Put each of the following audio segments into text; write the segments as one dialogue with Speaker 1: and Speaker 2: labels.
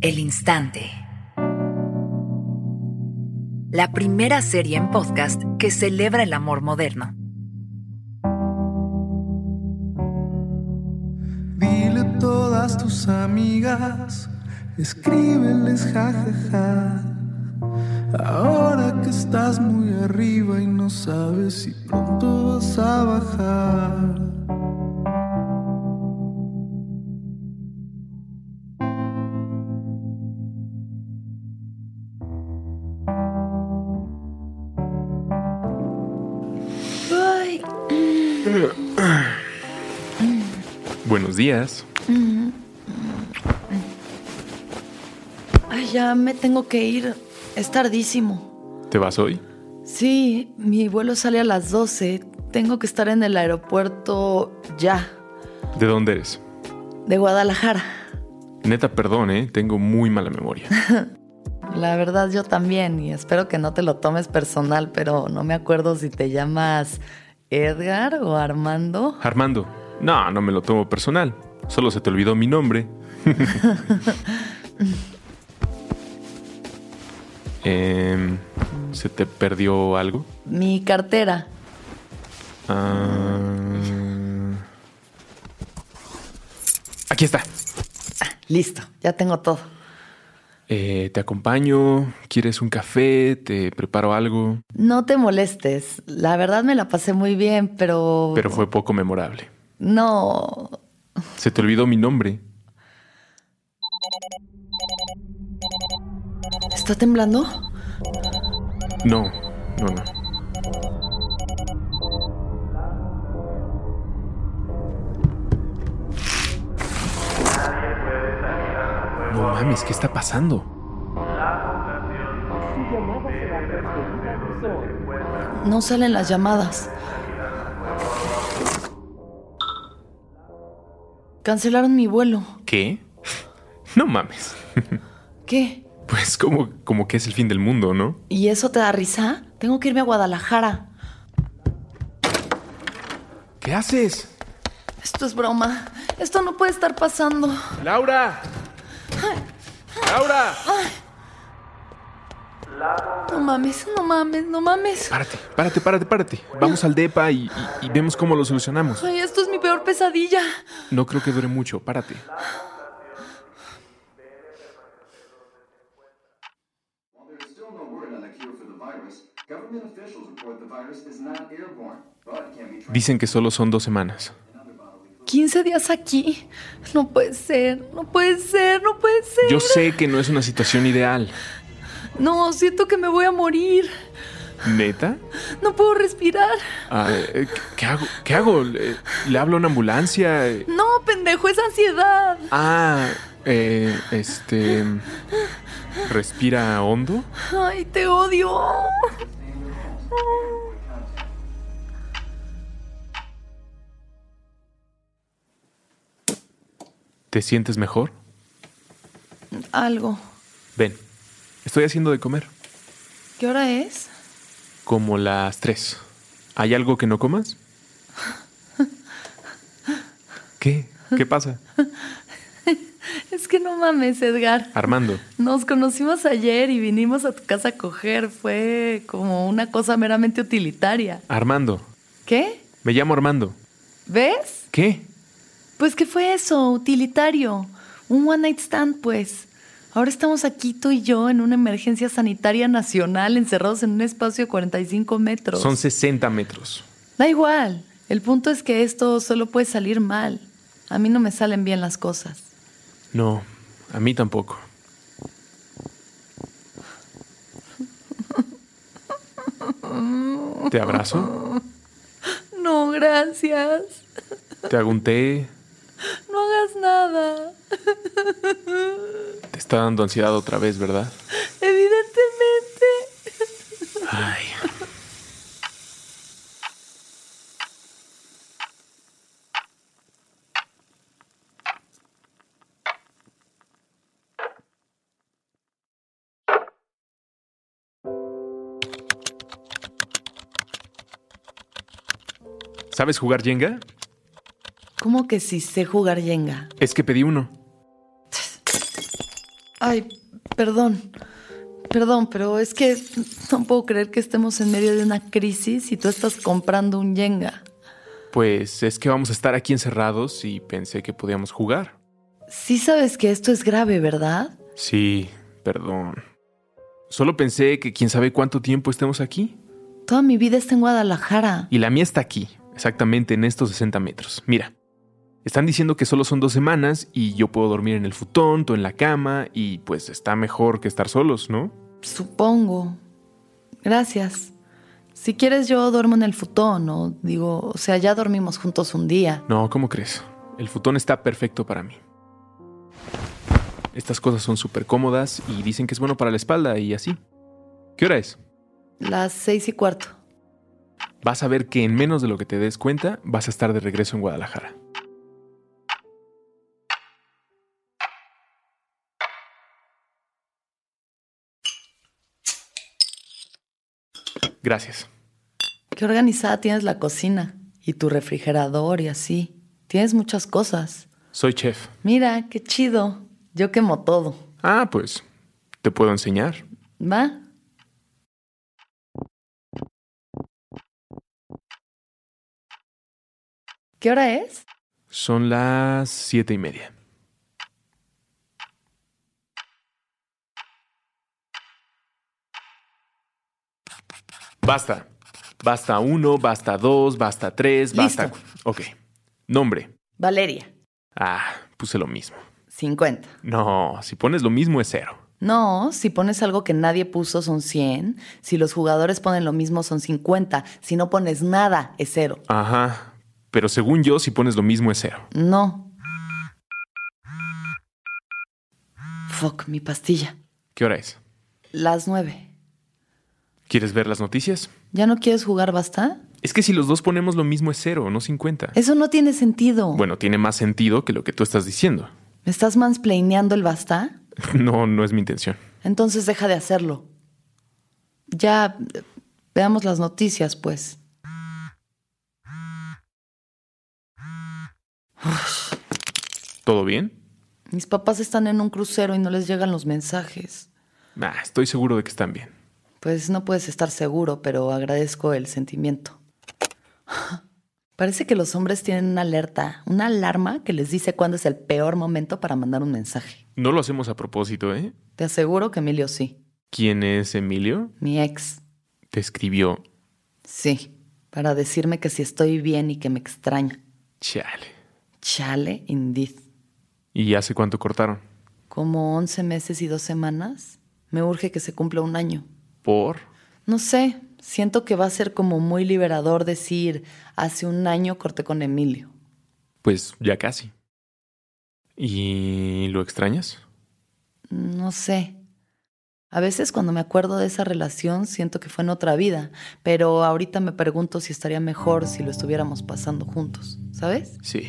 Speaker 1: El Instante. La primera serie en podcast que celebra el amor moderno.
Speaker 2: Dile a todas tus amigas, escríbeles jajaja. Ahora que estás muy arriba y no sabes si pronto vas a bajar.
Speaker 3: Buenos días.
Speaker 4: Ay, ya me tengo que ir. Es tardísimo.
Speaker 3: ¿Te vas hoy?
Speaker 4: Sí, mi vuelo sale a las 12. Tengo que estar en el aeropuerto ya,
Speaker 3: ¿De dónde eres?
Speaker 4: de Guadalajara.
Speaker 3: Neta, perdón, ¿eh? Tengo muy mala memoria.
Speaker 4: La verdad, yo también, y espero que no te lo tomes personal, pero no me acuerdo si te llamas Edgar o Armando.
Speaker 3: Armando. No, no me lo tomo personal. Solo se te olvidó mi nombre. Em, ¿Se te perdió algo?
Speaker 4: Mi cartera.
Speaker 3: Ah, Aquí está.
Speaker 4: Listo, ya tengo todo.
Speaker 3: Eh, te acompaño. ¿Quieres un café? ¿Te preparo algo?
Speaker 4: No te molestes. La verdad me la pasé muy bien, pero...
Speaker 3: Pero fue poco memorable.
Speaker 4: No.
Speaker 3: Se te olvidó mi nombre.
Speaker 4: ¿Está temblando?
Speaker 3: No, no, no. No mames, ¿qué está pasando?
Speaker 4: No salen las llamadas. Cancelaron mi vuelo.
Speaker 3: ¿Qué? No mames.
Speaker 4: ¿Qué?
Speaker 3: Pues como, como que es el fin del mundo, ¿no?
Speaker 4: ¿Y eso te da risa? Tengo que irme a Guadalajara.
Speaker 3: ¿Qué haces?
Speaker 4: Esto es broma. Esto no puede estar pasando.
Speaker 3: ¡Laura! ¡Laura!
Speaker 4: No mames, no mames, no mames.
Speaker 3: Párate, párate, párate, párate. Vamos al DEPA y, y- y vemos cómo lo solucionamos.
Speaker 4: Ay, esto es mi peor pesadilla.
Speaker 3: No creo que dure mucho, párate.
Speaker 5: While there is still no word on a cure for the virus, government officials report the virus is not airborne, but can be
Speaker 3: Dicen que solo son dos semanas.
Speaker 4: 15 días aquí. No puede ser, no puede ser, no puede ser.
Speaker 3: Yo sé que no es una situación ideal.
Speaker 4: No, siento que me voy a morir.
Speaker 3: ¿Neta?
Speaker 4: No puedo respirar.
Speaker 3: Ah, eh, ¿Qué hago? ¿Qué hago? ¿Le, le hablo a una ambulancia?
Speaker 4: No, pendejo, es ansiedad.
Speaker 3: Ah, eh, este... ¿Respira hondo?
Speaker 4: Ay, te odio.
Speaker 3: ¿Te sientes mejor?
Speaker 4: Algo.
Speaker 3: Ven, estoy haciendo de comer.
Speaker 4: ¿Qué hora es?
Speaker 3: Como las tres. ¿Hay algo que no comas? ¿Qué? ¿Qué pasa?
Speaker 4: Es que no mames, Edgar.
Speaker 3: Armando,
Speaker 4: Nos conocimos ayer y vinimos a tu casa a coger. Fue como una cosa meramente utilitaria.
Speaker 3: Armando,
Speaker 4: ¿Qué?
Speaker 3: me llamo Armando.
Speaker 4: ¿Ves?
Speaker 3: ¿Qué?
Speaker 4: Pues que fue eso, utilitario. Un one night stand, pues. Ahora estamos aquí tú y yo en una emergencia sanitaria nacional encerrados en un espacio de 45 metros.
Speaker 3: Son 60 metros.
Speaker 4: Da igual. El punto es que esto solo puede salir mal. A mí no me salen bien las cosas.
Speaker 3: No, a mí tampoco. ¿Te abrazo?
Speaker 4: No, gracias.
Speaker 3: ¿Te hago un té?
Speaker 4: No hagas nada.
Speaker 3: Te está dando ansiedad otra vez, ¿verdad?
Speaker 4: Evidentemente.
Speaker 3: Ay. ¿Sabes jugar Jenga?
Speaker 4: ¿Cómo que si sé jugar Jenga?
Speaker 3: Es que pedí uno.
Speaker 4: Ay, perdón. Perdón, pero es que no puedo creer que estemos en medio de una crisis y tú estás comprando un Jenga.
Speaker 3: Pues es que vamos a estar aquí encerrados y pensé que podíamos jugar.
Speaker 4: Sí sabes que esto es grave, ¿verdad?
Speaker 3: Sí, perdón. Solo pensé que quién sabe cuánto tiempo estemos aquí.
Speaker 4: Toda mi vida está en Guadalajara.
Speaker 3: Y la mía está aquí, exactamente en estos 60 metros. Mira, están diciendo que solo son dos semanas y yo puedo dormir en el futón, tú en la cama y pues está mejor que estar solos, ¿no?
Speaker 4: Supongo. Gracias. Si quieres yo duermo en el futón o digo, o sea, ya dormimos juntos un día.
Speaker 3: No, ¿cómo crees? El futón está perfecto para mí. Estas cosas son súper cómodas y dicen que es bueno para la espalda y así. ¿Qué hora es?
Speaker 4: Las seis y cuarto.
Speaker 3: Vas a ver que en menos de lo que te des cuenta vas a estar de regreso en Guadalajara. Gracias.
Speaker 4: Qué organizada tienes la cocina y tu refrigerador y así. Tienes muchas cosas.
Speaker 3: Soy chef.
Speaker 4: Mira, qué chido. Yo quemo todo.
Speaker 3: Ah, pues, te puedo enseñar.
Speaker 4: ¿Va? ¿Qué hora es?
Speaker 3: Son las siete y media. Basta. Basta uno, basta dos, basta tres, basta.
Speaker 4: Listo.
Speaker 3: Ok. Nombre.
Speaker 4: Valeria,
Speaker 3: Ah, puse lo mismo.
Speaker 4: 50.
Speaker 3: No, si pones lo mismo es cero.
Speaker 4: No, si pones algo que nadie puso son 100, si los jugadores ponen lo mismo son 50, si no pones nada es cero.
Speaker 3: Ajá. Pero según yo, si pones lo mismo es cero.
Speaker 4: No. Fuck, mi pastilla.
Speaker 3: ¿Qué hora es?
Speaker 4: Las 9.
Speaker 3: ¿Quieres ver las noticias?
Speaker 4: ¿Ya no quieres jugar basta?
Speaker 3: Es que si los dos ponemos lo mismo es cero, no 50.
Speaker 4: Eso no tiene sentido.
Speaker 3: Bueno, tiene más sentido que lo que tú estás diciendo.
Speaker 4: ¿Me estás mansplaineando el basta?
Speaker 3: No, no es mi intención.
Speaker 4: Entonces deja de hacerlo. Ya eh, veamos las noticias, pues.
Speaker 3: ¿Todo bien?
Speaker 4: Mis papás están en un crucero y no les llegan los mensajes.
Speaker 3: Ah, estoy seguro de que están bien.
Speaker 4: Pues no puedes estar seguro, pero agradezco el sentimiento. Parece que los hombres tienen una alerta, una alarma que les dice cuándo es el peor momento para mandar un mensaje.
Speaker 3: No lo hacemos a propósito, ¿eh?
Speaker 4: Te aseguro que Emilio sí.
Speaker 3: ¿Quién es Emilio?
Speaker 4: Mi ex,
Speaker 3: Te escribió.
Speaker 4: sí. Para decirme que si estoy bien y que me extraña.
Speaker 3: Chale.
Speaker 4: Chale, indeed.
Speaker 3: ¿Y hace cuánto cortaron?
Speaker 4: Como 11 meses y dos semanas. Me urge que se cumpla un año.
Speaker 3: ¿Por?
Speaker 4: No sé, siento que va a ser como muy liberador decir, hace un año corté con Emilio.
Speaker 3: Pues ya casi. ¿Y lo extrañas?
Speaker 4: No sé. A veces cuando me acuerdo de esa relación siento que fue en otra vida, pero ahorita me pregunto si estaría mejor si lo estuviéramos pasando juntos, ¿sabes?
Speaker 3: Sí.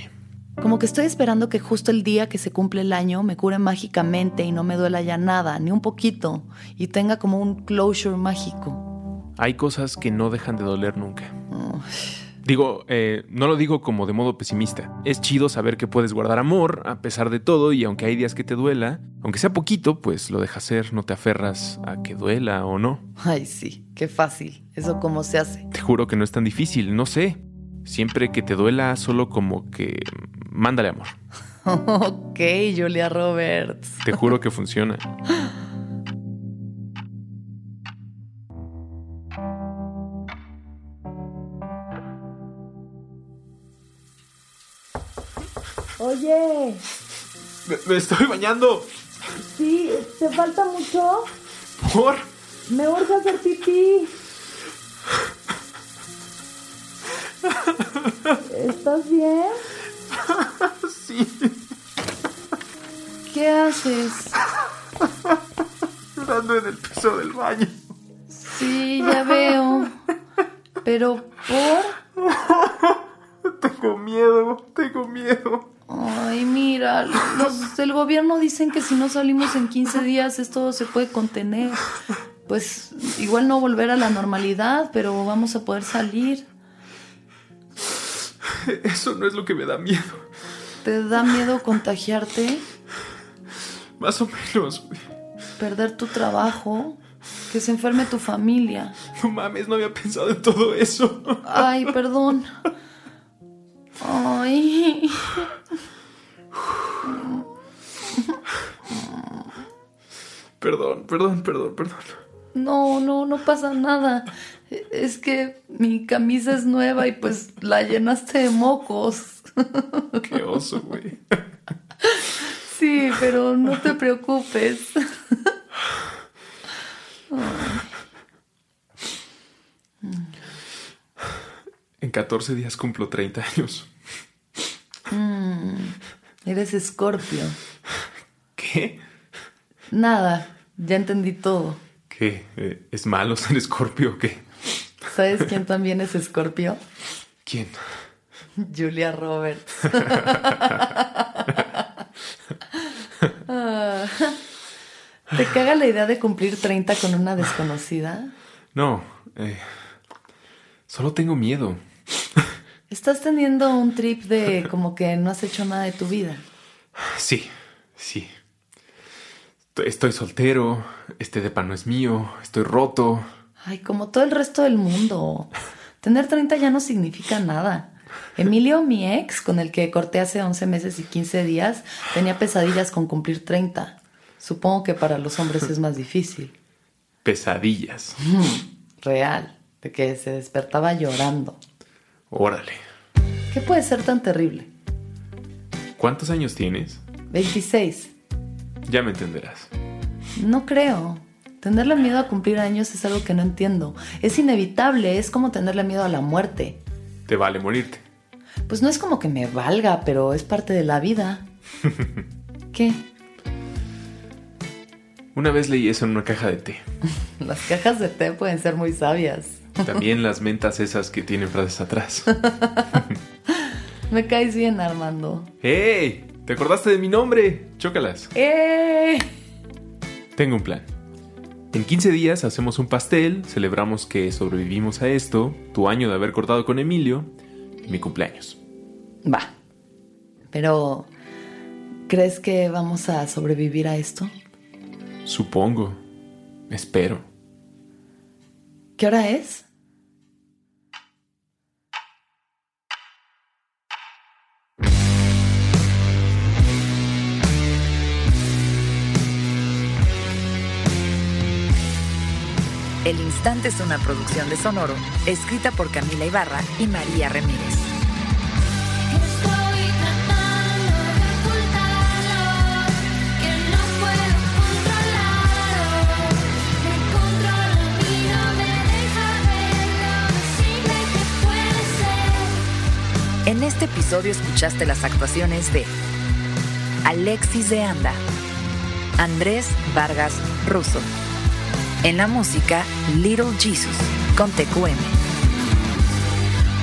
Speaker 4: Como que estoy esperando que justo el día que se cumple el año me cure mágicamente y no me duela ya nada, ni un poquito, y tenga como un closure mágico.
Speaker 3: Hay cosas que no dejan de doler nunca.
Speaker 4: Uf,
Speaker 3: Digo, eh, no lo digo como de modo pesimista. Es chido saber que puedes guardar amor a pesar de todo y aunque hay días que te duela, aunque sea poquito, pues lo dejas ser, no te aferras a que duela o no.
Speaker 4: Ay, sí, qué fácil. Eso cómo se hace.
Speaker 3: Te juro que no es tan difícil, no sé. Siempre que te duela, solo como que mm, mándale amor.
Speaker 4: ok, Julia Roberts.
Speaker 3: Te juro que funciona.
Speaker 6: Oye,
Speaker 3: Me, estoy bañando.
Speaker 6: sí, ¿te falta mucho?
Speaker 3: ¿Por?
Speaker 6: Me urge hacer pipí. ¿Estás bien?
Speaker 4: ¿Qué haces?
Speaker 3: Llorando en el piso del baño.
Speaker 4: Sí, ya veo. Pero por.
Speaker 3: Tengo miedo, tengo miedo.
Speaker 4: Ay, mira, los del gobierno dicen que si no salimos en 15 días esto se puede contener. Pues igual no volver a la normalidad, pero vamos a poder salir.
Speaker 3: Eso no es lo que me da miedo.
Speaker 4: ¿Te da miedo contagiarte?
Speaker 3: Más o menos, güey.
Speaker 4: Perder tu trabajo, que se enferme tu familia.
Speaker 3: No mames, no había pensado en todo eso.
Speaker 4: Ay, perdón. Ay.
Speaker 3: Perdón, perdón, perdón, perdón.
Speaker 4: No, no, no pasa nada. Es que mi camisa es nueva y pues la llenaste de mocos.
Speaker 3: Qué oso, güey.
Speaker 4: Sí, pero no te preocupes.
Speaker 3: En 14 días cumplo 30 años.
Speaker 4: Eres escorpio.
Speaker 3: ¿Qué?
Speaker 4: Nada, ya entendí todo.
Speaker 3: ¿Qué? Eh, ¿Es malo ser escorpio o qué?
Speaker 4: ¿Sabes quién también es escorpio?
Speaker 3: ¿Quién?
Speaker 4: Julia Roberts. Ah, ¿Te caga la idea de cumplir 30 con una desconocida?
Speaker 3: No, eh, solo tengo miedo.
Speaker 4: Estás teniendo un trip de como que no has hecho nada de tu vida.
Speaker 3: Sí, sí. Estoy- Estoy soltero, este depa no es mío, estoy roto.
Speaker 4: Ay, como todo el resto del mundo. Tener 30 ya no significa nada. Emilio, mi ex, con el que corté hace 11 meses y 15 días, tenía pesadillas con cumplir 30. Supongo que para los hombres es más difícil.
Speaker 3: Pesadillas.
Speaker 4: Real, de que se despertaba llorando.
Speaker 3: Órale.
Speaker 4: ¿Qué puede ser tan terrible?
Speaker 3: ¿Cuántos años tienes?
Speaker 4: 26.
Speaker 3: Ya me entenderás.
Speaker 4: No creo. Tenerle miedo a cumplir años es algo que no entiendo. Es inevitable, es como tenerle miedo a la muerte.
Speaker 3: Te vale morirte.
Speaker 4: Pues no es como que me valga, pero es parte de la vida. ¿Qué?
Speaker 3: Una vez leí eso en una caja de té.
Speaker 4: Las cajas de té pueden ser muy sabias.
Speaker 3: También las mentas esas que tienen frases atrás.
Speaker 4: Me caes bien, Armando.
Speaker 3: ¡Hey! ¿Te acordaste de mi nombre? Chócalas.
Speaker 4: ¡Eh!
Speaker 3: Tengo un plan. En 15 días hacemos un pastel, celebramos que sobrevivimos a esto, tu año de haber cortado con Emilio y mi cumpleaños.
Speaker 4: Va. Pero, ¿crees que vamos a sobrevivir a esto?
Speaker 3: Supongo. Espero.
Speaker 4: ¿Qué hora es?
Speaker 1: El Instante es una producción de Sonoro, escrita por Camila Ibarra y María Ramírez.
Speaker 7: Estoy tratando de ocultarlo, que no puedo controlarlo. Me controlo y no me deja verlo, decirme que puede ser.
Speaker 1: En este episodio escuchaste las actuaciones de Alexis de Anda, Andrés Vargas Russo. En la música, Little Jesus, con TQM.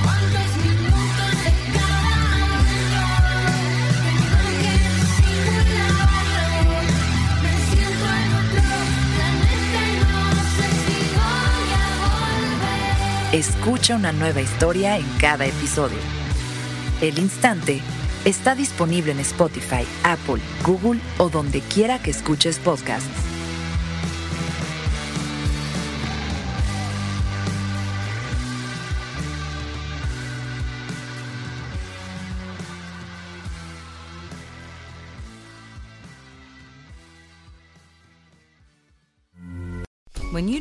Speaker 7: ¿Cuántos minutos de cada año? Tengo que disimularlo. Me siento en otro planeta y no sé si voy a volver.
Speaker 1: Escucha una nueva historia en cada episodio. El Instante está disponible en Spotify, Apple, Google o donde quiera que escuches podcasts.
Speaker 8: When you